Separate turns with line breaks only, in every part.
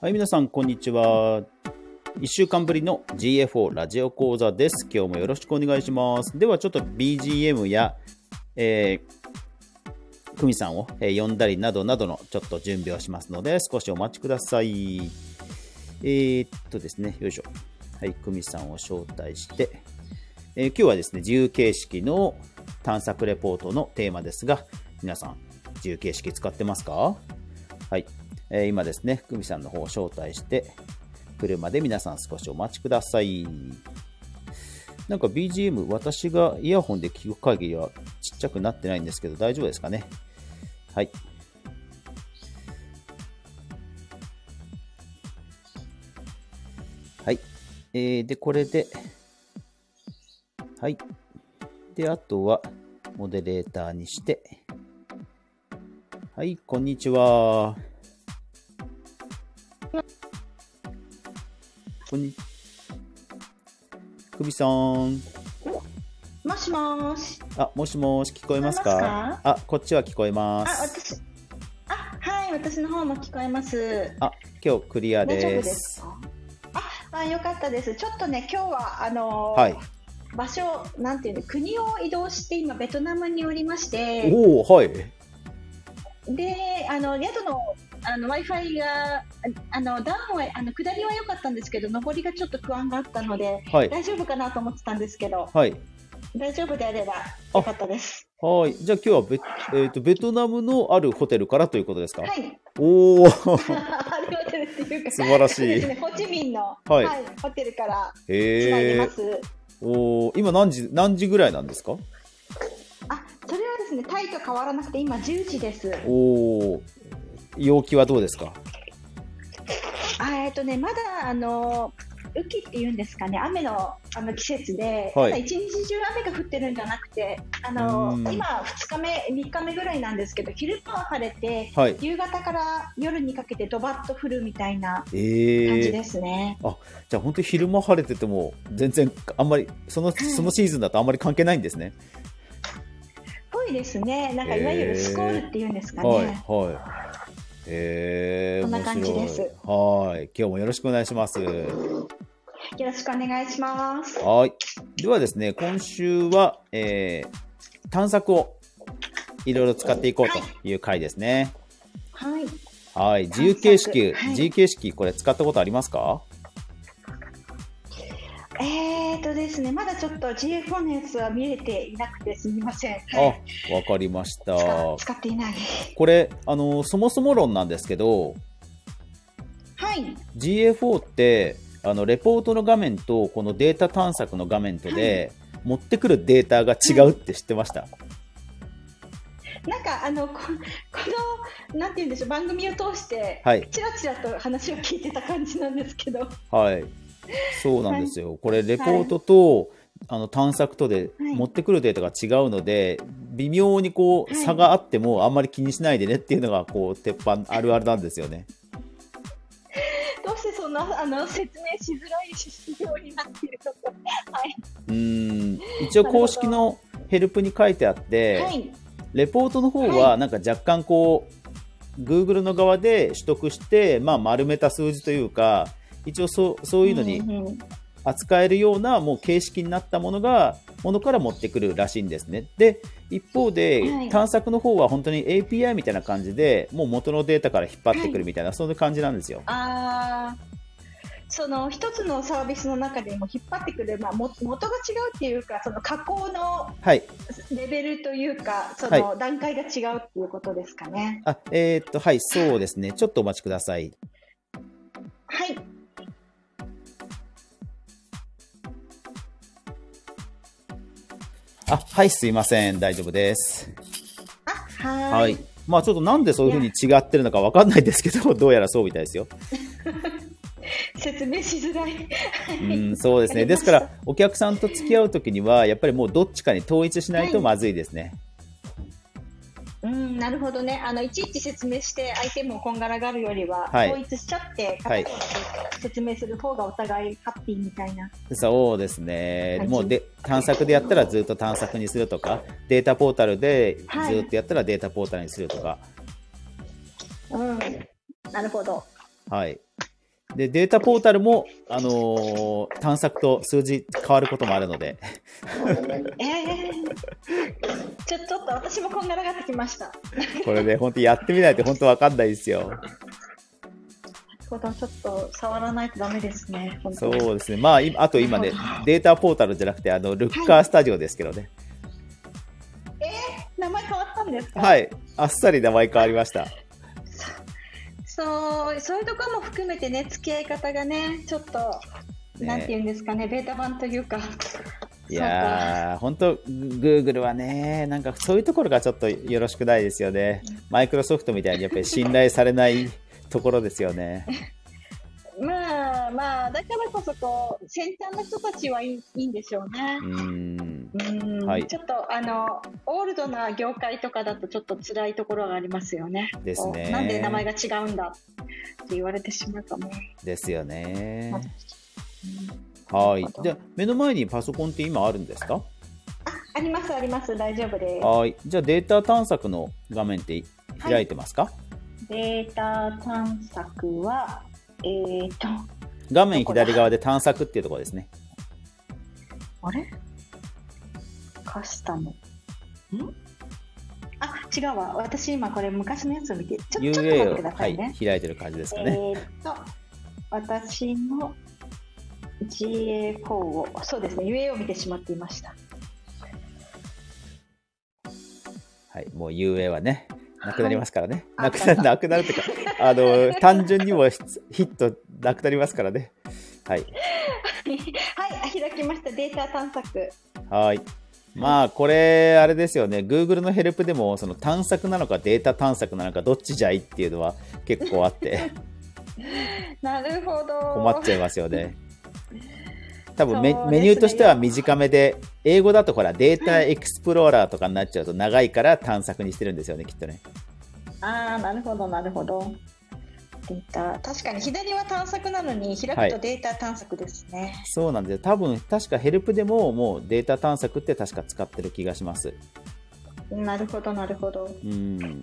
はい、皆さん、こんにちは。1週間ぶりの GFO ラジオ講座です。今日もよろしくお願いします。では、ちょっと BGM や、えー、久美さんを呼んだりなどなどのちょっと準備をしますので、少しお待ちください。えー、っとですね、よいしょ。はい、久美さんを招待して、えー、今日はですね、自由形式の探索レポートのテーマですが、皆さん、自由形式使ってますかはい、え今ですね、久美さんの方を招待して、車で皆さん少しお待ちください。なんか BGM、私がイヤホンで聞く限りはちっちゃくなってないんですけど、大丈夫ですかね。はい。はい。えー、で、これで、はい。で、あとは、モデレーターにして、はい、こんにちは。こんに久美さん。
もしもし。。
あ、もしもし、聞こえますかあ、こっちは聞こえます
あ、私。あ、はい、私の方も聞こえます。
あ、今日クリアです。
ですあ、あ、よかったです。ちょっとね、今日は、あのー、はい。場所、なんていうの、国を移動して、今ベトナムにおりまして。
おお、はい。
で、あの、宿の。あの Wi-Fi があのダウンはあの下りは良かったんですけど上りがちょっと不安があったので、はい、大丈夫かなと思ってたんですけど、
はい、
大丈夫であれば良かったです。、
はい、じゃあ今日はベ,、えーと、とベトナムのあるホテルからということですか。はいおお。
あるホテルっていうか
素晴らしい。です
ね、ホチミンの、はい、はい、ホテルからつなぎます。
おお、今何時何時ぐらいなんですか。
あ、それはですね、タイと変わらなくて今10時です。
おお、陽気はどうですか
あえっとねまだあの雨季っていうんですかね雨のあの季節で、はい、一日中雨が降ってるんじゃなくてあの今2日目3日目ぐらいなんですけど昼間は晴れて、はい、夕方から夜にかけてどばっと降るみたいな感じですね、
えー、あじゃあ本当昼間晴れてても全然あんまりそのそのシーズンだとあんまり関係ないんですね。
ぽいですねなんかいわゆるスコールっていうんですかね。
えー、はい、はいえー、
こんな感じです。
はい、今日もよろしくお願いします。よ
ろしくお願いします。
はい、ではですね、今週は、えー、探索をいろいろ使っていこうという回ですね。
はい。
はい、自由形式、はい、自由形式、これ使ったことありますか。
えーとですね、まだちょっと GFO のやつは見れていなくてすみません。
あ、わかりました。
使っていない。
これ、あの、そもそも論なんですけど、
はい。、
GFO って、あの、レポートの画面と、このデータ探索の画面とで、はい、持ってくるデータが違うって知ってました、はい
なんかあのこ このなんて言うんでしょう番組を通して、
はい、
ちらちらと話を聞いてた感じなんですけど、
はい、そうなんですよ、はい、これレポートと、はい、あの探索とで持ってくるデータが違うので、はい、微妙にこう差があってもあんまり気にしないでねっていうのがこう鉄板あるあるなんですよね。
どうしてそんなあの説明しづらいようになっているのか、はい、
うん一応公式のヘルプに書いてあって、レポートの方はなんか若干こう、Google の側で取得して、まあ、丸めた数字というか一応そうそういうのに扱えるようなもう形式になったものがものから持ってくるらしいんですね。で一方で、はい、探索の方は本当に API みたいな感じでもう元のデータから引っ張ってくるみたいな、はい、そんな感じなんですよ。
あその一つのサービスの中でも引っ張ってくる、まあ、元が違うっていうかその加工のレベルというか、はい、その段階が違うっていうことですかね。
あえー、っとはいそうですねちょっとお待ちください。
はい。
あ、はい、すいません。大丈夫です。,
あ、はい
はい。まあちょっとなんでそういうふうに違ってるのかわかんないですけど、どうやらそうみたいですよ。
説明しづらい。
うん、そうですね。ですから、お客さんと付き合う時には、やっぱりもうどっちかに統一しないとまずいですね。
はい、うん、なるほどねあのいちいち説明して相手もこんがらがるよりは、はい、統一しちゃって、はい、説明する方がお互いハッピーみたいな
そうですねもうで探索でやったらずっと探索にするとかデータポータルでずっとやったらデータポータルにするとか、
はい、うんなるほど
はいで、データポータルも、あのー探索と数字変わることもあるので、
ええちょちょっと私もこんがらがってきました。
これね、本当やってみないと本当わかんないですよ。
このちょっと触らないとダメですね。本
そ
当
う
に
ですね。まあ、今あと今ね、データポータルじゃなくて、あの、ルッカースタジオですけどね。
名前変わったんですか。
は。い。あっさり名前変わりました。
そうそういうところも含めてね付き合い方がねちょっと、
ね
なんていうんですかねベータ版というか。
いやー、本当、Google はね、なんかそういうところがちょっとよろしくないですよね。マイクロソフトみたいにやっぱり信頼されないところですよね。
そうかまあまあだからこそこう先端の人たちはいいいいんでしょうね
う。ーん。
うん
はい
ちょっとあのオールドな業界とかだとちょっと辛いところがありますよね。
ですね
こうなんで名前が違うんだって言われてしまうかも。
ですよね。
うん
はい
なるほ。ど
じゃあ、目の前にパソコンって今あるんですか
ありますあります大丈夫です。
はい。じゃあ、データ探索の画面って開いてますか、
データ探索は、えーと、
画面左側で探索っていうところですね。
あれカスタム。んあ、違うわ。私今これ昔のやつを見て、ちょちょっと待
UA
って
を、
くだ
は
さい
い
ね。、
開いてる感じですかね。
えーと、私の GA4 を、そうですね、UA を見てしまっていました。
はい、もう UA はね、なくなりますからね。
は
な
い
くな
あ
なくなるってか、あ の、単純にもヒヒットなくなりますからね。はい。
はい、開きました。データ探索。
はい。まあ、これ、あれですよね、Google のヘルプでも、その探索なのかデータ探索なのか、どっちじゃいっていうのは結構あ って、
なるほど。
困っちゃいますよね。多分メ
そうですね
メニューとしては短めで、英語だとほら、データエクスプローラーとかになっちゃうと長いから探索にしてるんですよね、きっとね。
ああ、なるほど、なるほど。データ、確かに左は探索なのに、
はい
開くとデータ探索ですね。
そうなんですよ多分確かヘルプでももうデータ探索って確か使ってる気がします
なるほど、なるほど。
うん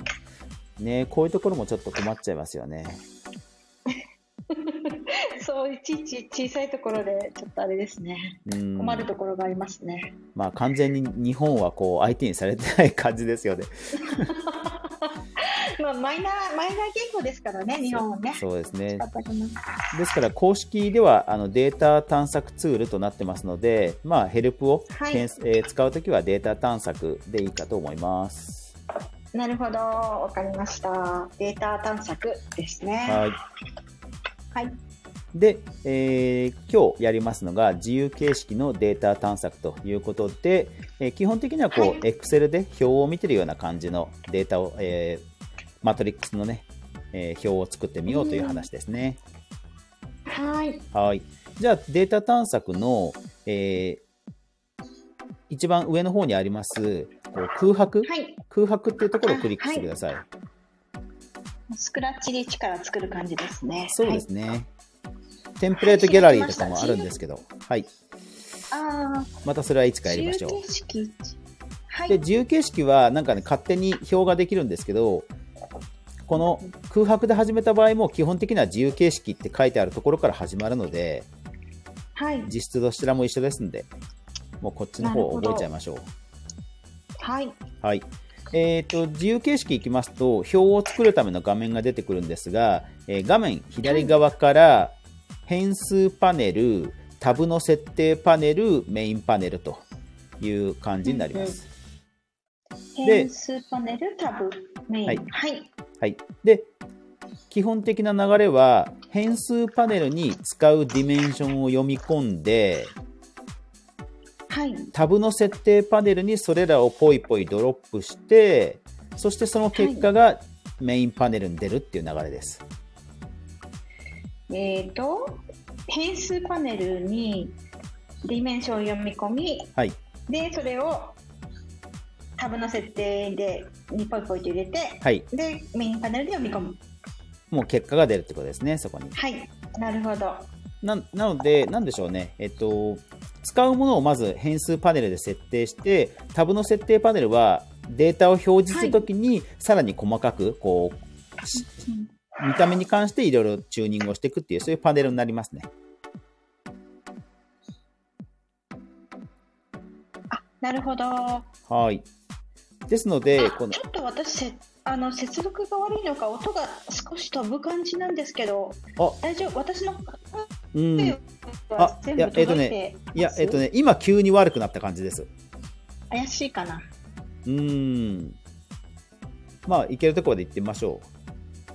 ねこういうところもちょっと困っちゃいますよね
そう、いちいち小さいところで、ちょっとあれですね。
うん
困るところがありますね。
まあ完全に日本はこう相手にされてない感じですよね
まあ、マイナー、マイナー言語ですからね、日本はね。
そうですね
当たり前
ですから公式ではあのデータ探索ツールとなってますのでまあヘルプを、
はい
検索えー使うときはデータ探索でいいかと思います
なるほど、わかりました。データ探索ですね。
はい
はい。
で、えー今日やりますのが自由形式のデータ探索ということで、えー基本的にはこう、
はい
Excel で表を見てるような感じのデータを、えーマトリックスのね、えー表を作ってみようという話ですね。
はい。
はい。じゃあデータ探索の、えー一番上の方にありますこう空白、
はい。
空白っていうところをクリックしてください。
スクラッチリーチから作る感じですね。
そうですね。テンプレートギャラリーとかもあるんですけど、はい。
はい。ああ。
またそれはいつかやりましょう。
自由形式は
で
い。
自由形式はなんかね勝手に表ができるんですけどこの空白で始めた場合も基本的には自由形式って書いてあるところから始まるので
はい。
実質どちらも一緒ですんでもうこっちの方を覚えちゃいましょう
はい。
はいえー、と自由形式いきますと表を作るための画面が出てくるんですが、えー画面左側から変数パネルタブの設定パネルメインパネルという感じになります、で
変数パネルタブメイン。
は
はいい。
はい、で基本的な流れは変数パネルに使うディメンションを読み込んで
はい。
タブの設定パネルにそれらをポイポイドロップしてそしてその結果がメインパネルに出るっていう流れです。
えっ、と、変数パネルにディメンションを読み込み、
はい、
で、それをタブの設定でにポイポイと入れて、
はい、
で、メインパネルで読み込む。
もう結果が出るってことですねそこに。
はい。なるほど。
ななので、なんでしょうね、えっと、使うものをまず変数パネルで設定して、タブの設定パネルはデータを表示するときに、さらに細かくこうし見た目に関していろいろチューニングをしていくっていう、そういうパネルになりますね。
あなるほど。
はい。ですので、
あ
この
ちょっと私せあの接続が悪いのか音が少し飛ぶ感じなんですけど
あ
大丈夫私の
うん、い
声は全部
あいやえっと
届いて
ね
ます
や、えっとね、今、急に悪くなった感じです。
怪しいかな
うーん。まあ、いけるところまで行ってみましょう。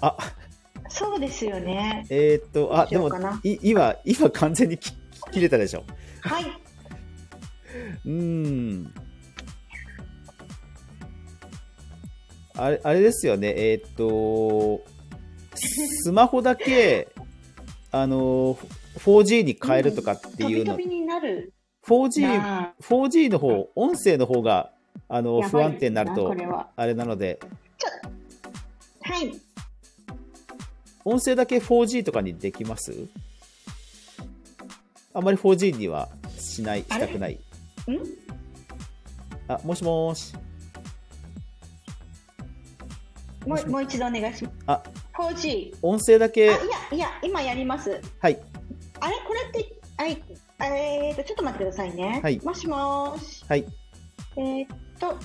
あ、
そうですよね
えーっと、あ、
どうし
で
よ
も
うかな、
い今、今完全にき切れたでしょ。
はいう
ーん。あれ、あれですよね、えーっと、スマホだけ、あの、4G に変えるとかって
飛
い
び
うの、
飛びになる
4G、
な
4G の方、音声の方が、あの、
や
不
ばい
安定になると
こ、れは
あれなので、
はい
音声だけ 4G とかにできますあまり 4G にはしない、したくない。
ん
あ、もしもーし。
もうもう一度お願いします
あ
4G
音声だけ、
あいやいや今やります
はい。
あれこれってはいえー、とちょっと待ってくださいね、
はい
もしもーし
はい。
えー、っと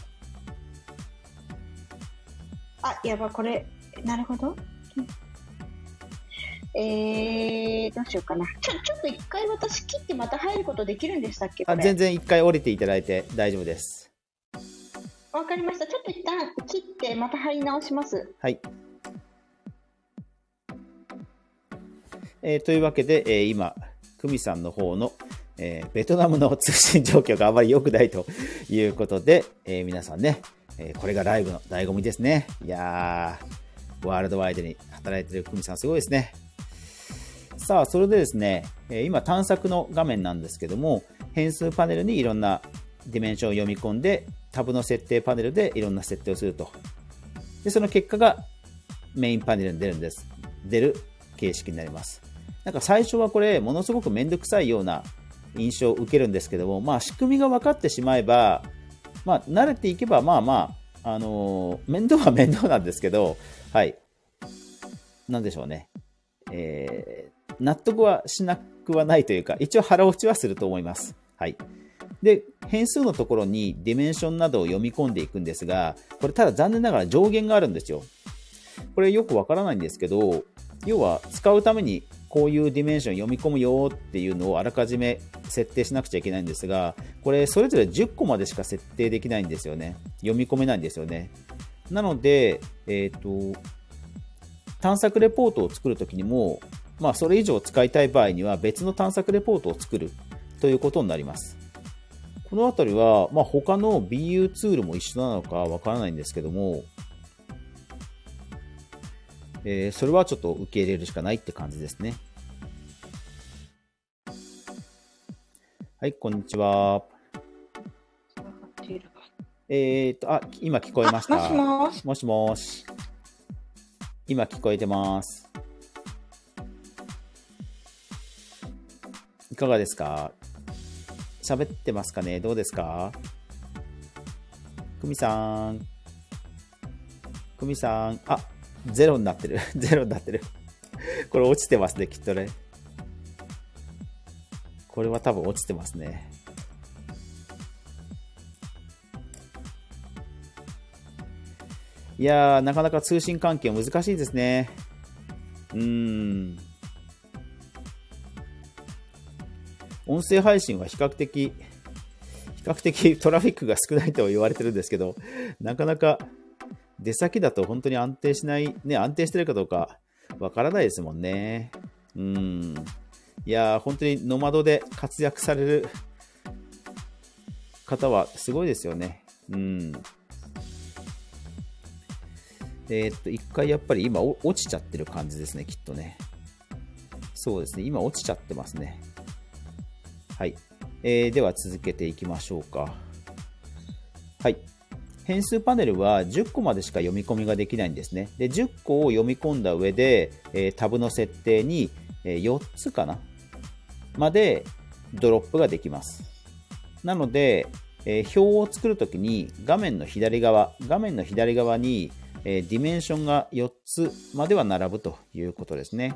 あやばこれなるほどえー、どうしようかなちょちょっと一回私切ってまた入ることできるんでしたっけこ
あ
れ
全然一回降りていただいて大丈夫です。
わかりましたちょっと一旦切ってまた入り直します
はい。えーというわけで、えー今、久美さんの方の、えーベトナムの通信状況があまり良くないということで、えー皆さんね、えーこれがライブの醍醐味ですね。いやー、ワールドワイドに働いてる久美さん、すごいですね。さあ、それでですね、えー今、探索の画面なんですけども、変数パネルにいろんなディメンションを読み込んで、タブの設定パネルでいろんな設定をするとで、その結果がメインパネルに出るんです。出る形式になります。なんか最初はこれ、ものすごくめんどくさいような印象を受けるんですけども、まあ仕組みが分かってしまえば、まあ慣れていけば、まあまあ、あのー面倒は面倒なんですけど、はい。なんでしょうね。えー納得はしなくはないというか、一応腹落ちはすると思います。はい。で、変数のところにディメンションなどを読み込んでいくんですが、これただ残念ながら上限があるんですよ。これよくわからないんですけど、要は使うためにこういうディメンション読み込むよっていうのをあらかじめ設定しなくちゃいけないんですが、これそれぞれ10個までしか設定できないんですよね。読み込めないんですよね。なので、えっ、と、探索レポートを作るときにも、まあそれ以上使いたい場合には別の探索レポートを作るということになります。このあたりは、まあ、他の BU ツールも一緒なのかわからないんですけども、えーそれはちょっと受け入れるしかないって感じですね。はい、こんにちは。えー、っと、あ、今聞こえました。
あもしもーし
もしもし。今聞こえてます。いかがですか喋ってますかねどうですか久美さん。久美さん。あ、ゼロになってる。 ゼロになってる。これ落ちてますね、きっとね。これは多分落ちてますね。いやー、なかなか通信環境難しいですね。うーん。音声配信は比較的、比較的 トラフィックが少ないと言われてるんですけど、なかなか出先だと本当に安定しない、ね、安定してるかどうかわからないですもんね。うーん。いやー、本当にノマドで活躍される方はすごいですよね。うん。えーっと、一回やっぱり今お落ちちゃってる感じですね、きっとね。そうですね、今落ちちゃってますね。はい。えーでは続けていきましょうか。はい。変数パネルは10個までしか読み込みができないんですね。で、10個を読み込んだ上で、えータブの設定に、えー4つかなまでドロップができます。なので、えー表を作るときに画面の左側、画面の左側に、えーディメンションが4つまでは並ぶということですね。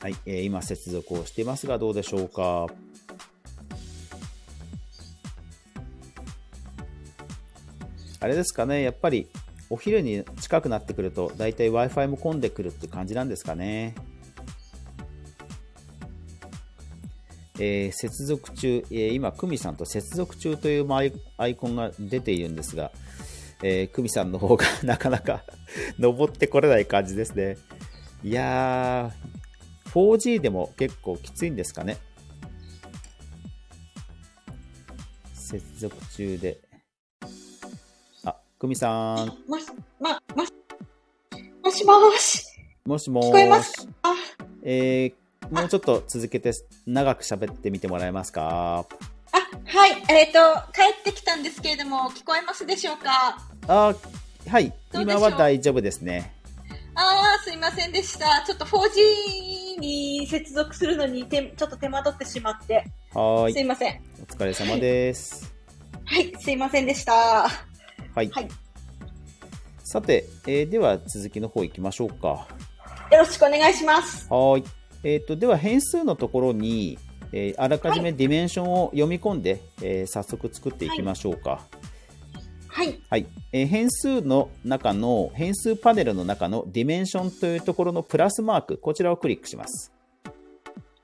はい、えー今接続をしていますがどうでしょうか。あれですかね、やっぱりお昼に近くなってくると、だいたい Wi-Fi も混んでくるって感じなんですかね。えー接続中、えー今、久美さんと接続中というアイアイコンが出ているんですが、えー、久美さんの方が なかなか登ってこれない感じですね。いやー、4G でも結構きついんですかね。接続中で。あ、久美さん、
もし、ま、もし、もしもーし。
もしもーし
聞こえますか
えーもうちょっと続けて長く喋ってみてもらえますか
あ、はい。えっ、と、帰ってきたんですけれども、聞こえますでしょうか
あはい
どうで
今
しょう
は大丈夫ですね
あー、すいませんでした。ちょっと 4G に接続するのに手、ちょっと手間取ってしまって。
はー
す
い
いません。
お疲れ様です
はい、すいませんでした。
はい、
はい
さて、えーでは続きの方行きましょうか
よろしくお願いします。
はーいえー、とでは変数のところに、えーあらかじめディメンションを読み込んで、えー早速作っていきましょうか、
はい。
はい、えー変数の中の変数パネルの中のディメンションというところのプラスマークこちらをクリックします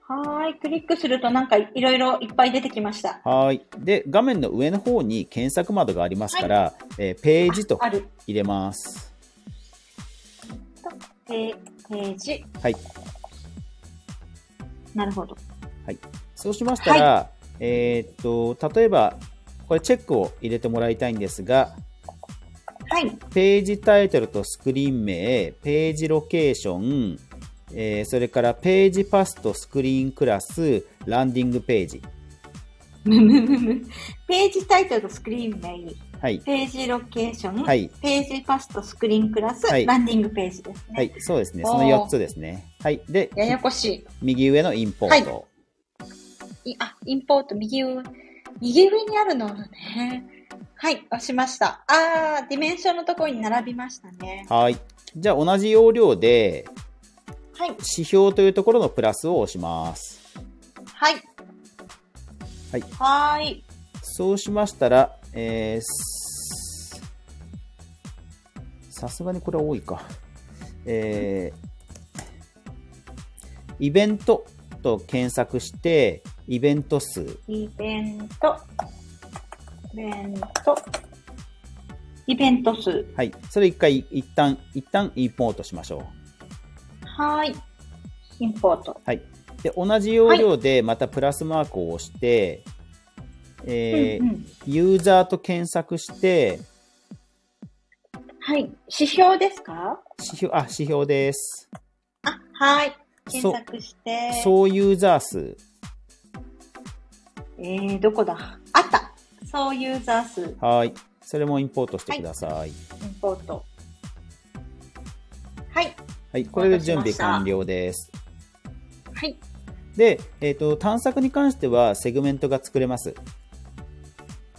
はーい、クリックするとなんかいろいろいっぱい出てきました。
はいで画面の上の方に検索窓がありますから、えーページと
ある。
入れます
ペページ。
はい
なるほど。
そうしましたら、えーっと例えばこれチェックを入れてもらいたいんですが
はい。
ページタイトルとスクリーン名ページロケーション、えーそれからページパスとスクリーンクラスランディングページ
むむむむ。ページタイトルとスクリーン名。
はい
ページロケーション。
はい
ページパスとスクリーンクラス。
はい
ランディングページですね。
はい、そうですね。
おー
その4つですね。はい。で、
ややこし
右上のインポート。
い。いあ、インポート、右上。右上にあるのね。はい、押しました。あー、ディメンションのところに並びましたね。
はい。じゃあ、同じ要領で、
はい、
指標というところのプラスを押します。
はい。
はい
はーい。
そうしましたら、えーすさすがにこれは多いか。えーイベントと検索して、イベント数。
イベント。イベント。イベント数。
はい。それ一回、一旦、一旦インポートしましょう。
はーい。インポート。
はい、で同じ要領でまたプラスマークを押して、えー
うんうん。
ユーザーと検索して
はい。指標ですか
指標あ指標です
あ、はい。
そ
検索して。
総ユーザー数
えー、どこだあった。そうユーザー数、イン
はいそれもインポートしてください、はい
ポート。はい。
これで準備完了です
はい。
で、えー、と探索に関してはセグメントが作れます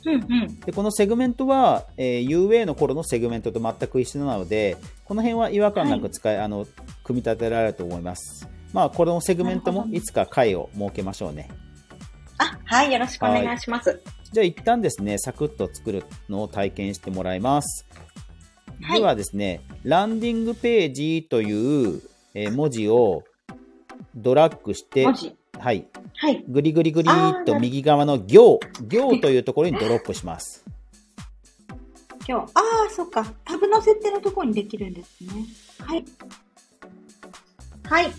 うんうん。
でこのセグメントは、えー UA の頃のセグメントと全く一緒なのでこの辺は違和感なく使い、あの組み立てられると思いますまあこのセグメント
なる
も
ほど
いつか回を設けましょうね
あ、はい。よろしくお願いします。
じゃあ一旦ですね、サクッと作るのを体験してもらいます。
はい
ではですね、ランディングページという、えー文字をドラッグして
文、字。
はい、
はい。
グリグリグリ
あー
ー
な
っ
るほ
と
ど
右側の行、行というところにドロップします。
今日。ああ、そっか。タブの設定のところにできるんですね。はい。はい。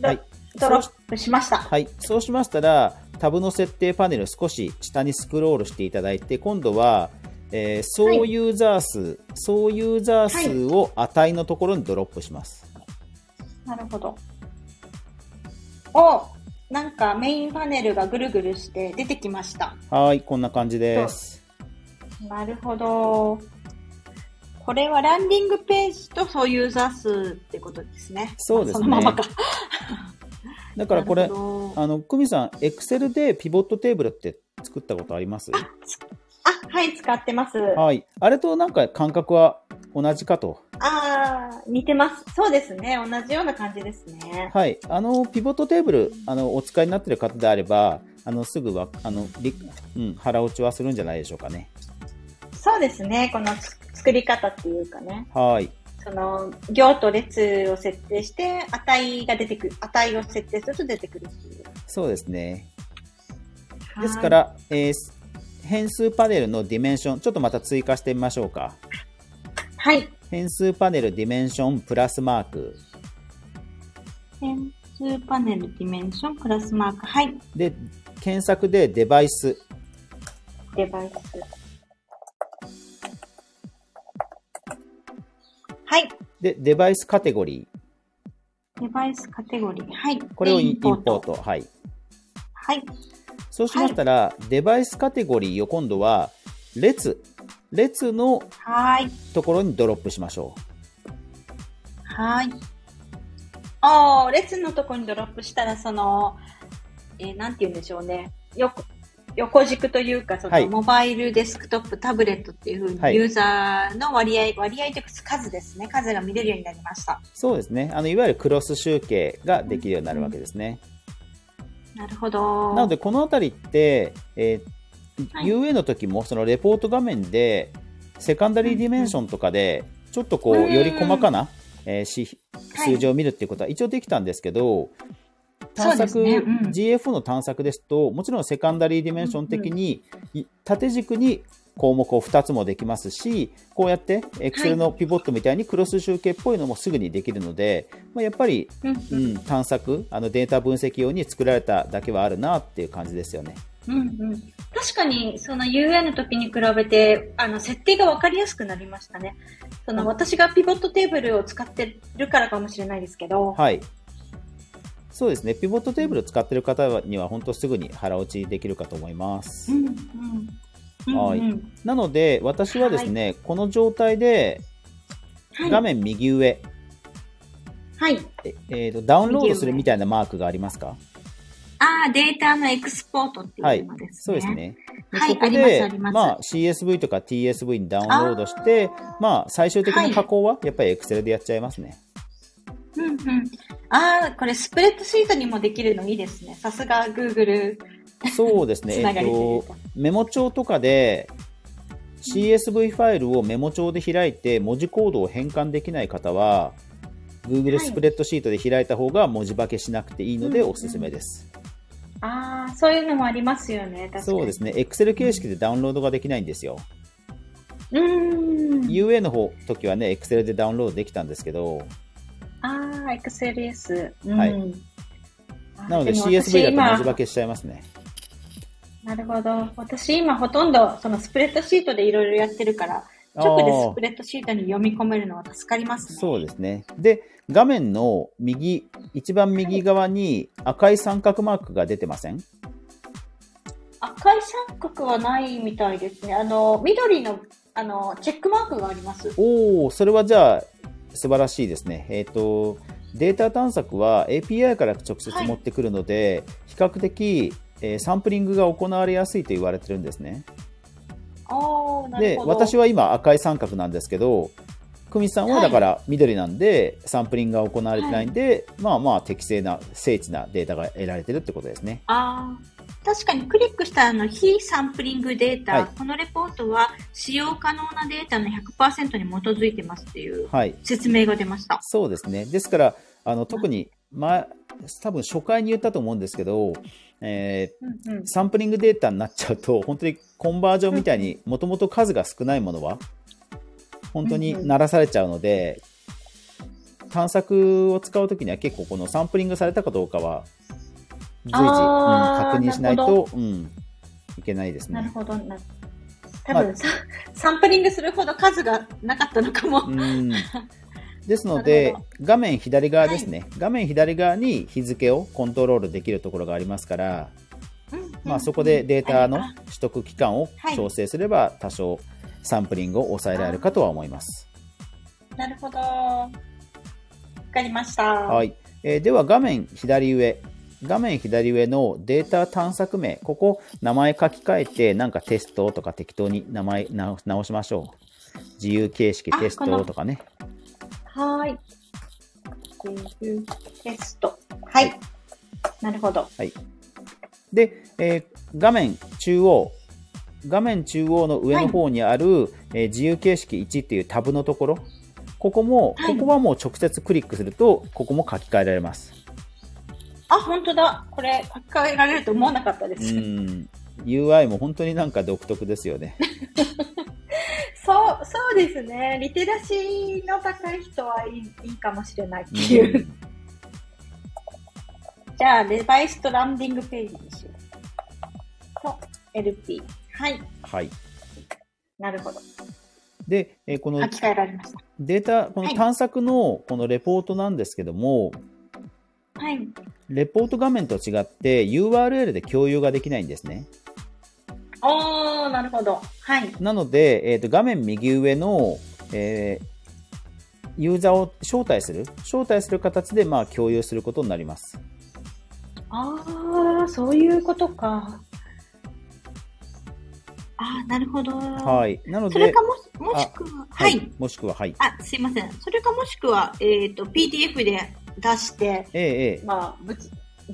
ド
はい
ドロップしました。
はい、そうしましたら、タブの設定パネル少し下にスクロールしていただいて、今度は、えー総ユーザー数、総ユーザー数を値のところにドロップします。
なるほど。おなんかメインパネルがぐるぐるして出てきました。
はい、こんな感じです。
なるほど。これはランディングページとそういうユーザー数ってことですね。
そうですね
そのままか。
だからこれ
なるほど
あの久美さんエクセルでピボットテーブルって作ったことあります
あ、はい、使ってます。
はいあれとなんか感覚は同じかと
あー、似てます。そうですね。同じような感じですね。
はい、あのピボットテーブルあのお使いになっている方であればあのすぐはあの、りうん、腹落ちはするんじゃないでしょうかね。
そうですね。このつ作り方っていうかね。
はい、
その、行と列を設定して、値が出てくる、値を設定すると出てくるっていう。
そうですね。
はい
ですか。ら、えー変数パネルのディメンション、ちょっとまた追加してみましょうか。
はい。
変数パネルディメンションプラスマーク。
変数パネル、ディメンション、プラスマーク。はい。
で、検索でデバイス。
デバイス。はい。
で、デバイスカテゴリ
デバイスカテゴリー。はい。
ー。これを
で
インポート。はい。
はい。
そうしましたら、デバイスカテゴリーを今度は、列。列の
はい。
ところにドロップしましょう。
はい。ああ、列のとこにドロップしたら、その、えーなんて言うんでしょうね。よく横軸というか、その、
はい
モバイル、デスクトップ、タブレットっていうふうに、
はい
ユーザーの割合、割合というか数ですね。数が見れるようになりました。
そうですね。あのいわゆるクロス集計ができるようになるわけですね。
なるほど。
なので、このあたりって、えー
はい
UA の時もそのレポート画面でセカンダリーディメンションとかでちょっとこう
うん
より細かな、えーし
はい
数字を見るっていうことは一応できたんですけど探索、
そうですねうん
GFO の探索ですともちろんセカンダリーディメンション的にい縦軸に項目を2つもできますしこうやって Excel のピボットみたいにクロス集計っぽいのもすぐにできるので、まあ、やっぱり
うん
う
うん
ん、探索あのデータ分析用に作られただけはあるなっていう感じですよね。
うんうん確かに、その UA の時に比べて、あの、設定が分かりやすくなりましたね。その、私がピボットテーブルを使ってるからかもしれないですけど、
はいそうですねピボットテーブルを使ってる方には本当すぐに腹落ちできるかと思います。
うんうん。
はい
うんうん
なので私はですね、この状態で
はい
画面右上、
はい。
ええーとダウンロードするみたいなマークがありますか
ああ、データのエクスポートって
はいいう
のです
そう
ね。
です。ね。で
はい
ここ
あり
で
ますあります
あ、CSV とか TSV にダウンロードして
あー
まあ、最終的な加工はやっぱり Excel でやっちゃいますね。
うんうん。ああ、これスプレッドシートにもできるのいいですね。さすが Google
そうです ね。
つなが
えっ
りという
と
か。
メモ帳とかで CSV ファイルをメモ帳で開いて文字コードを変換できない方は
は
Google
い
スプレッドシートで開いた方が文字化けしなくていいので
うんうん
おすすめです。
ああ、そういうのもありますよね。確かに。
そうですね。Excel 形式でダウンロードができないんですよ。
うーん。
UA の方時はね Excel でダウンロードできたんですけど、
ああ、XLS。
はい
うん。
なので CSV だと文
あー
字化
も私今
けしちゃいますね。
なるほど。私今ほとんどそのスプレッドシートでいろいろやってるから、
あー
直でスプレッドシートに読み込めるのは助かりますね。
そうですね。で、画面の右、一番右側に赤い三角マークが出てません
赤い三角はないみたいですね。あの、緑の、あの、チェックマークがあります。
おお、それはじゃあ素晴らしいですね。えっ、と、データ探索は API から直接
はい
持ってくるので、比較的、えーサンプリングが行われやすいと言われてるんですね。
ああ、なる
で、
ほど。
私は今赤い三角なんですけど、久美さんはだから緑なんで、サンプリングが行われてないんで、まあまあ適正な、精緻なデータが得られてるってことですね。
ああ、確かにクリックしたあの、非サンプリングデータ、
はい
このレポートは使用可能なデータの100%に基づいてますっていう
はい。
説明が出ました。
そうですね。ですから、あの特に、まあ、多分初回に言ったと思うんですけど、えー
うんうん。
サンプリングデータになっちゃうと 本当にコンバージョンみたい にもともと数が少ないものは本当に鳴らされちゃうので探索を使う時には結構このサンプリングされたかどうかは随時、うん
あー
確認しない
なる
と、うん、いけないです
なる
ね。
ほど。な多分さ、サンプリングするほど数がなかったのかも。
うんですので
なるほ
画面左側ですね、画面左側に日付をコントロールできるところがありますから、
うんうん
まあ、そこでデータの
あ
取得期間を
はい
調整すれば多少サンプリングを抑えられるかとは思います。
なるほど。わかりました。
はいえーでは画面左上画面左上のデータ探索名、ここ名前書き換えて、なんかテストとか適当に名前直直しましょう。自由形式テス
あこの
トとかね。
はーい。テスト。はい。なるほど。
で、えー画面中央、画面中央の上の方にある、えー自由形式1っていうタブのところ、ここも、
はい
ここはもう直接クリックすると、ここも書き換えられます。
あ、本当だ。これ、書き換えられると思わなかったで
う
す。
ん。UI も本当になんか独特ですよ ね。
そう、そうですね。リテラシーの高い人はいいいいかもしれないって
う
いう。
ん
じゃあ、デバイスとランディングページにしよう。と、LP。はい。
はい。
なるほど。
で、えーこの
書き換えられまし
データ、こ
は
の
い
探索のこのレポートなんですけども、
た。はい。
レポート画面と違って URL で共有ができないんですね。
おー、なるほど。はい。
なので、えー、と画面右上の、えーユーザーを招待する、招待する形でまあ共有することになります。
あー、そういうことか。あー、なるほど。は
はい。なの
それ
で
か、もし、もしくは、はい。
もしくは、はい。
あ、すいません。それかもしくは、えっ、と、PDF で出して、
ええええ
まあ、物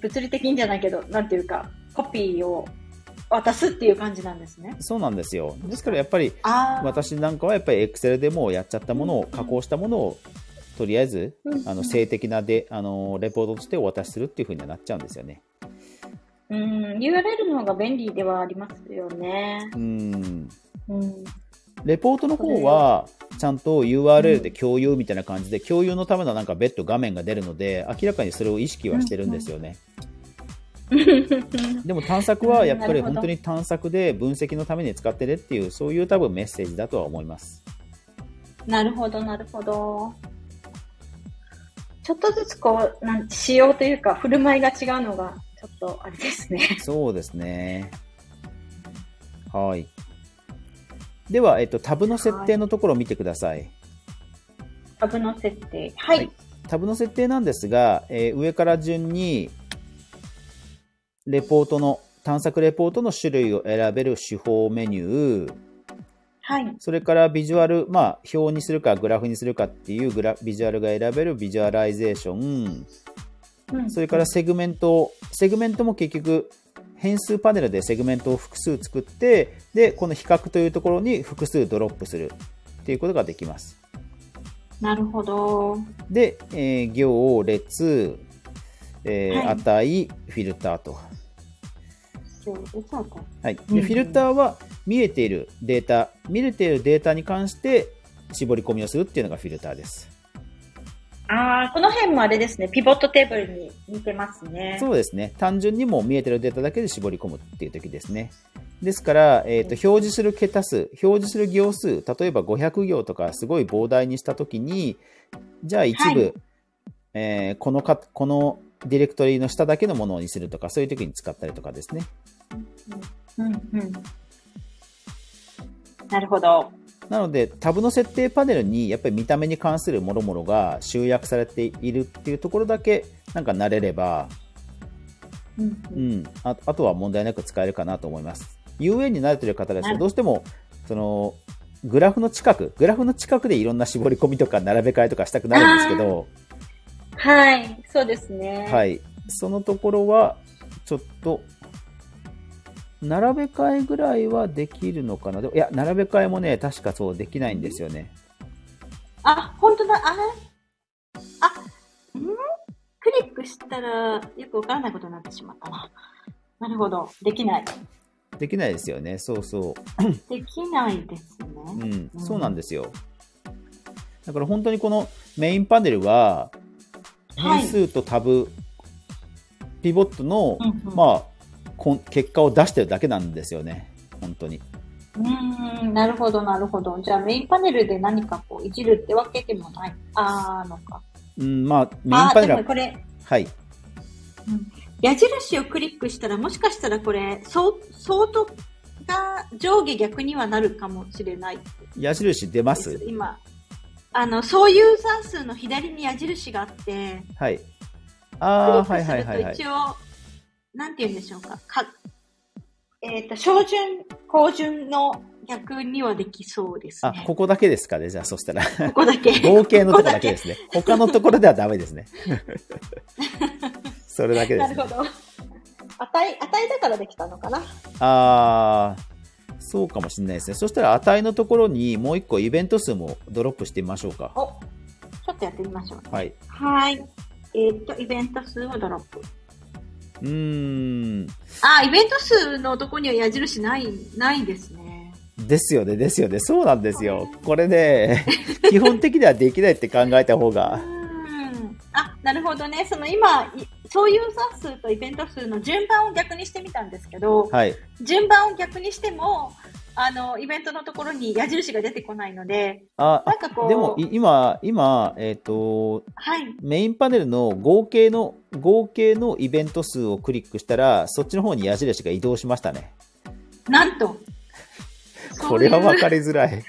物理的にじゃないけど、なんていうか、コピーを渡すっていう感じなんですね。
そうなんですよ。ですからやっぱり
ああ、
私なんかはやっぱり Excel でもうやっちゃったものを、加工したものをとりあえず
うん
あの性的なであのレポートとしてお渡しするっていうふうにはなっちゃうんですよね。
うん、URL の方が便利ではありますよね。
うん
うん。
レポートの方は、ちゃんと URL で共有みたいな感じで、共有のためのなんか別途画面が出るので、明らかにそれを意識はしてるんですよね。でも探索はやっぱり
うんなるほ
本
ど
当に探索で分析のために使ってねっていう、そういう多分メッセージだとは思います。
なるほど、なるほど。ちょっとずつこう、なん仕様というか、振る舞いが違うのが、ちょっとあれですね。
そうですね。はい。では、えっと、タブの設定のところを見てください。
タブの設定。はい。
はいタブの設定なんですが、えー上から順にレポートの探索レポートの種類を選べる手法メニュー
はい。
それからビジュアル、まあ、表にするかグラフにするかっていうグラビジュアルが選べるビジュアライゼーション
うん
それから、セグメントセグメントも結局変数パネルでセグメントを複数作ってでこの比較というところに複数ドロップするっていうことができます
なるほど。
で、えー行列、えー
はい
値フィルターと、
そうそうか
はい、で
うんうん
フィルターは見えているデータ見れているデータに関して絞り込みをするっていうのがフィルターです
ああ、この辺もあれですね。ピボットテーブルに似てますね。
そうですね単純にもう見えているデータだけで絞り込むっていう時ですねですから、えー、と表示する桁数表示する行数例えば500行とかすごい膨大にした時にじゃあ一部、
はい
えーこのかこのディレクトリの下だけのものにするとかそういう時に使ったりとかですね
うんうん。なるほど。
なのでタブの設定パネルにやっぱり見た目に関するもろもろが集約されているっていうところだけなんか慣れれば、
うん
う
うん
ん、ああとは問題なく使えるかなと思います UN に慣れてる方です
なる
とどうしてもそのグラフの近くグラフの近くでいろんな絞り込みとか並べ替えとかしたくなるんですけど、
はい。そうですね。。
はいい、そのところはちょっと並べ替えぐらいはできるのかなでもいや並べ替えもね確かそうできないんですよね、
あ、本当だ。あれあ、んクリックしたらよくわからないことになってしまったな。なるほど。できない。
できないですよねそうそう
できないですね。
うん、
うん
そうなんですよ。だから本当にこのメインパネルは
はい
変数とタブ、ピボットの、
うんうん
まあこん結果を出してるだけなんですよね。本当に。
うーん、なるほど、なるほど。じゃあメインパネルで何かこういじるってわけでもない。あーのか。
うん、まあメイン
あ
パネ
ー、で
ル
も
は
これ、
はい。
矢印をクリックしたらもしかしたらこれそう相当が上下逆にはなるかもしれないで
矢印出ますす。
今あのそうユーザー数の左に矢印があって
はい。
クリ
ああ
ッ
はいはいはいはい
クすると一応なんて言うんでしょうか。かえっ、と、小順、高順の逆にはできそうです
あ
ね。、
ここだけですかね、じゃあ、そしたら。
ここだけ。
合計のとこだけ
こ
です ね。他のところではダメですね。それだけ
こ
です、ね。
だけ。なるほど。
値、値だからできたのかな。
あーそうかもしれないですね。そしたら値のところにもう一個イベント数もドロップしてみましょうか。
お、ちょっとやってみましょう。
はい。
はい。えっ、と、イベント数をドロップ。
うーん。
あ、イベント数のとこには矢印ない、ないですね。
ですよね、ですよね。そうなんですよ。これね、 基本的にはできないって考えた方
う
が。
ん。あ、なるほどね。その今、いそういうー数とイベント数の順番を逆にしてみたんですけど、
はい。
順番を逆にしても、あの、イベントのところに矢印が出てこないので、
あ、
なんかこ
あ
う、
でもい今、今、えっ、と、
はい。
メインパネルの合計の、合計のイベント数をクリックしたら、そっちの方に矢印が移動しましたね。
なんと。
これは
そう
分
いう
かりづらい。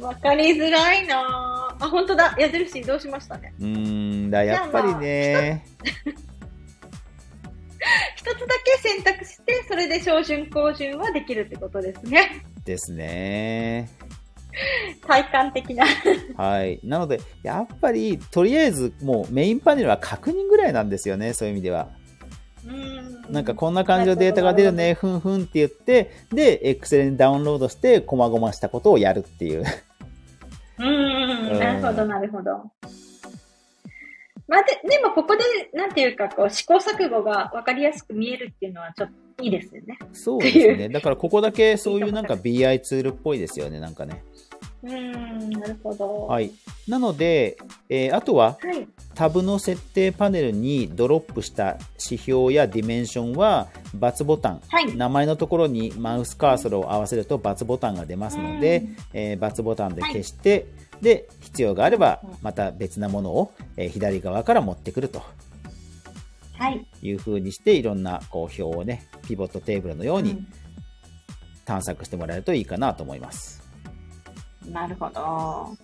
わかりづらいなぁあ、本当だ。矢印移動しましたね。
うーん、だやっぱりね。
一つだけ選択して、それで小順、高順はできるってことですね。
ですね。
体感的な。
はい。なので、やっぱり、とりあえず、もうメインパネルは確認ぐらいなんですよね、そういう意味では。
うん
なんかこんな感じのデータが出るね、ふんふんって言って、で、Excel にダウンロードして、こまごましたことをやるって いう。
うんうんうん。なるほど、なるほど。まあ、で、でもここで、なんていうか、こう、試行錯誤がわかりやすく見えるっていうのはちょっといいですよね。
そうですね。だから、ここだけ そういうなんか BI ツールっぽいですよね、なんかね。
うん、なるほど。い。
はい。なので、えーあとは、
はい。
タブの設定パネルにドロップした指標やディメンションは、×ボタン、
はい。
名前のところにマウスカーソルを合わせると×ボタンが出ますので、えー×ボタンで消して、で必要があれば
うん
また別なものを、えー左側から持ってくると
うん、はい。
いうふうにしていろんなこう表をねピボットテーブルのように探索してもらえるといいかなと思います。
うんなるほど。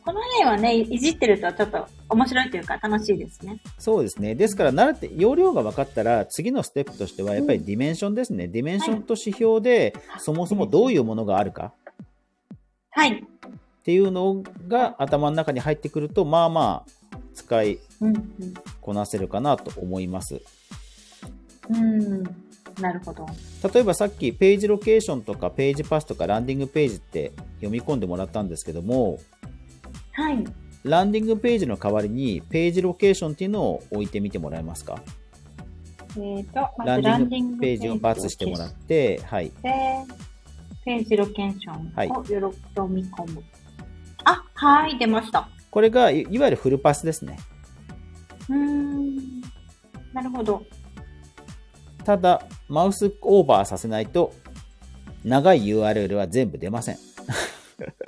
この辺はね、いいじってるとちょっと面白いというか楽しいですね。
そうですねですから慣れて容量が分かったら次のステップとしてはやっぱりディメンションですね、ディメンションと指標でそもそもどういうものがあるか
はい。
っていうのが頭の中に入ってくるとまあまあ使い
うん、うん。
こなせるかなと思います。
うん、なるほど。
例えばさっきページロケーションとかページパスとかランディングページって読み込んでもらったんですけども
はい。
ランディングページの代わりにページロケーションっていうのを置いてみてもらえますか
えっ、と、ま
ラ
ず
ンデ
ランデ
ィ
ィ
ン
ング
グページをバツしてもらってはい
て、ページロケーション
はい
をよろ読み込む。あ、はい、出ました。
これがいいわゆるフルパスですね
うーん。なるほど。
ただマウスオーバーさせないと長い URL は全部出ません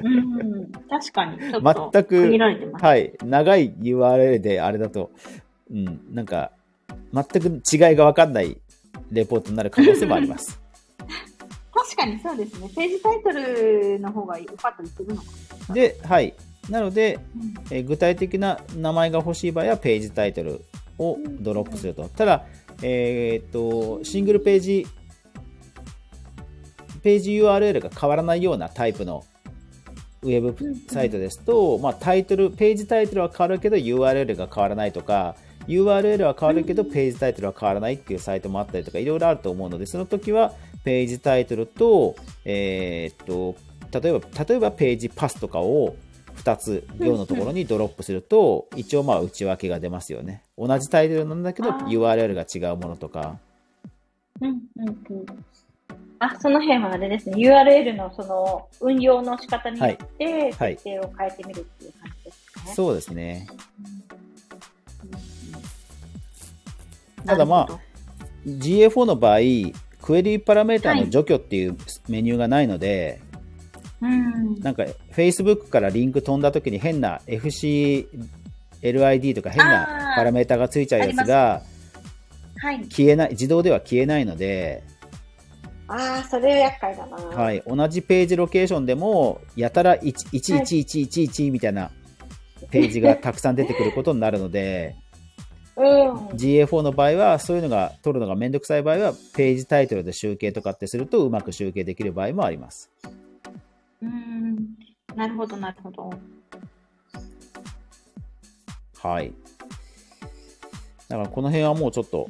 うん。確かに、ちょっと
全く
限られてます。
はい長い URL であれだとうんなんか全く違いが分かんないレポートになる可能性もあります
確かにそうですね。ページタイトルの方がよかったりするのか。
で、はい。なので、
うん
えー具体的な名前が欲しい場合は、ページタイトルをドロップすると。ただ、えーっと、シングルページ、ページ URL が変わらないようなタイプのウェブサイトですと、まあ、タイトル、ページタイトルは変わるけど URL が変わらないとか、URL は変わるけどページタイトルは変わらないっていうサイトもあったりとか、いろいろあると思うので、その時はページタイトルと、えーっと、例えば、例えばページパスとかを2つ行のところにドロップすると、一応まあ内訳が出ますよね。同じタイトルなんだけど
あー
URL が違うものとか。
うん、うん、うん。
あ、その辺はあれですね。URL のその運用の仕方によって
はい
設定を変えてみるっていう感じですかね。
そうですね。た
なる
だ
ほ
ま
ど
あ、GA4 の場合、クエリーパラメータの除去っていうメニューがないので、
うん。
なんか Facebook からリンク飛んだ時に変な FCLID とか変な
あー
パラメータがついちゃうやつが
はい。
消えない、自動では消えないので、
ああ、それ厄介だな。
はい、同じページロケーションでもやたら111111みたいなページがたくさん出てくることになるので、
おー
GA4 の場合は、そういうのが取るのがめんどくさい場合は、ページタイトルで集計とかってすると、うまく集計できる場合もあります。
うんなるほどなるほど
はい。だからこの辺はもうちょっと、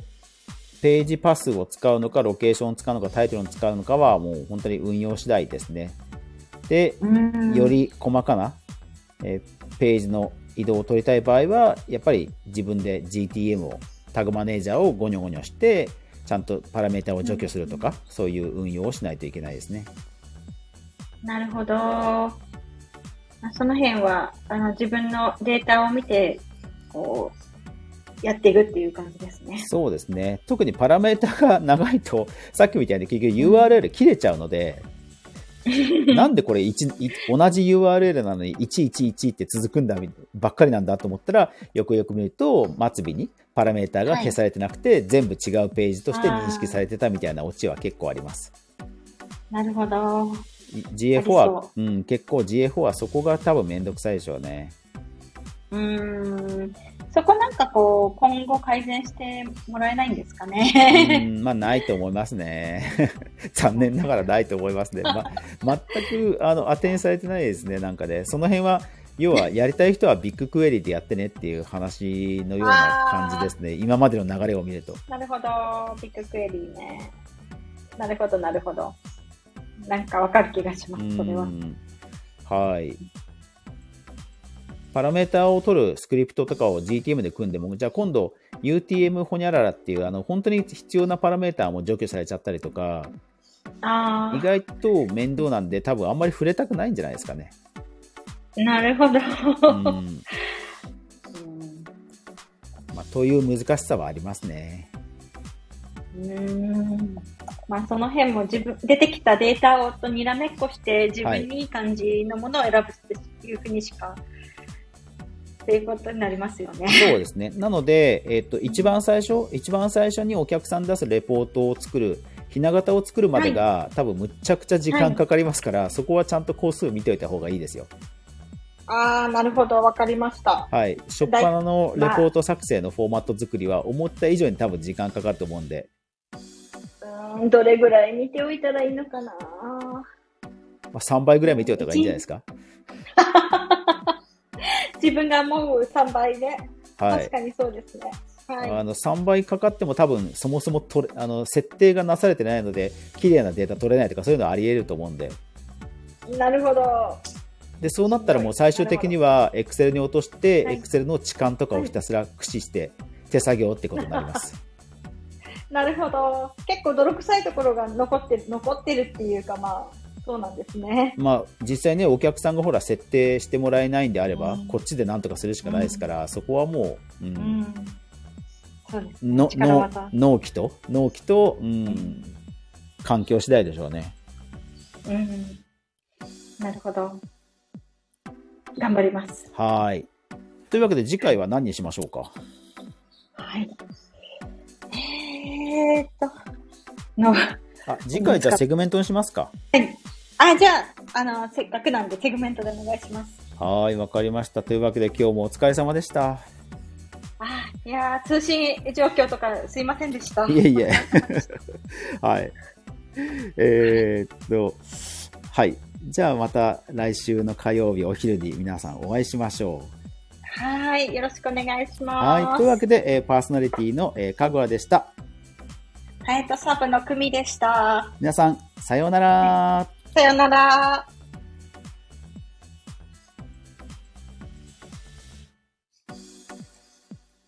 ページパスを使うのか、ロケーションを使うのか、タイトルを使うのかは、もう本当に運用次第ですね。で、
うん
より細かな、えーページの移動を取りたい場合は、やっぱり自分で GTM を、タグマネージャーをゴニョゴニョして、ちゃんとパラメータを除去するとか、そういう運用をしないといけないですね。
なるほど。まあその辺はあの自分のデータを見てこうやっていくっていう感じですね。
そうですね。特にパラメータが長いと、さっきみたいに結局 URL 切れちゃうので、なんでこれ一い同じ URL なのに111って続くんだみばっかりなんだと思ったら、よくよく見ると、末尾にパラメータが消されてなくて、全部違うページとして認識されてたみたいなオチは結構あります。
なるほど。
い GF4 は、うん、結構 GF4 はそこが多分めんどくさいでしょうね。
うーん。そこなんかこう今後改善してもらえないんですかね。
うんまあないと思いますね。 残念ながらないと思いますね。ま、全くあの当てにされてないですね、なんかね。その辺は、要はやりたい人はビッグクエリでやってねっていう話のような感じですね。今までの流れを見ると。
なるほど。ビッグクエリーね。なるほどなるほど。 なんかわかる気がしま
う
す。それは。
んはい。パラメータを取るスクリプトとかを GTM で組んでも、じゃあ今度 UTM ホニャララっていう、あの、本当に必要なパラメータも除去されちゃったりとか、
あ
意外と面倒なんで、多分あんまり触れたくないんじゃないですかね。
あ。なるほど。
うん
うん
まあ、という難しさはありますね。
うーんまあ、その辺も自分出てきたデータをとにらめっこして自分にいい感じのものを選ぶっていうふうにしか、っていうことになりますよね。
そうですね。なので、えっと、一番最初、一番最初にお客さんに出すレポートを作る、ひな形を作るまでが、多分むっちゃくちゃ時間かかりますから、そこはちゃんと工数見ておいた方がいいですよ。
ああ、なるほど、わかりました。
はい。初っ端のレポート作成のフォーマット作りは、思った以上に多分時間かかると思うんで、
うん、どれぐらい見ておいたらいいのかな。
まあ、3倍ぐらい見ておいた方がいいんじゃないですか。
自分が思う3倍で、
は
確
い。
かにそうですね。はい。
あの3倍かかっても多分そもそも取れあの設定がなされてないので綺麗なデータ取れないとかそういうのはあり得ると思うんで
なるほど。
でそうなったらもう最終的には Excel に落として
はい
Excel の置換とかをひたすら駆使して手作業ってことになります。
なるほど。結構泥臭いところが残ってる、残ってるっていうか、まあ、そうなんですね。
まあ実際ねお客さんがほら設定してもらえないんであれば
うん
こっちでなんとかするしかないですからそこはもう、う、
うんん。そうです。
の
力
の
技
納期と納期と、うん、環境次第でしょうね。
うん。なるほど。頑張ります。
はいというわけで次回は何にしましょうか
はい。えーっと、の、
あ次回じゃあセグメントにしますか
あ、じゃあ、あの、せっかくなんでセグメントでお願いします。
はいわかりましたというわけで今日もお疲れ様でした。
あいやー通信状況とかすいませんで した。
いえいえ。はい。えーっと、はい。じゃあまた来週の火曜日お昼に皆さんお会いしましょう。
はい。よろしくお願いします。
はい。というわけで、えーパーソナリティの、えー、かぐわでした。
はい。と、サブの組でした。
皆さん、さようなら。
さようなら。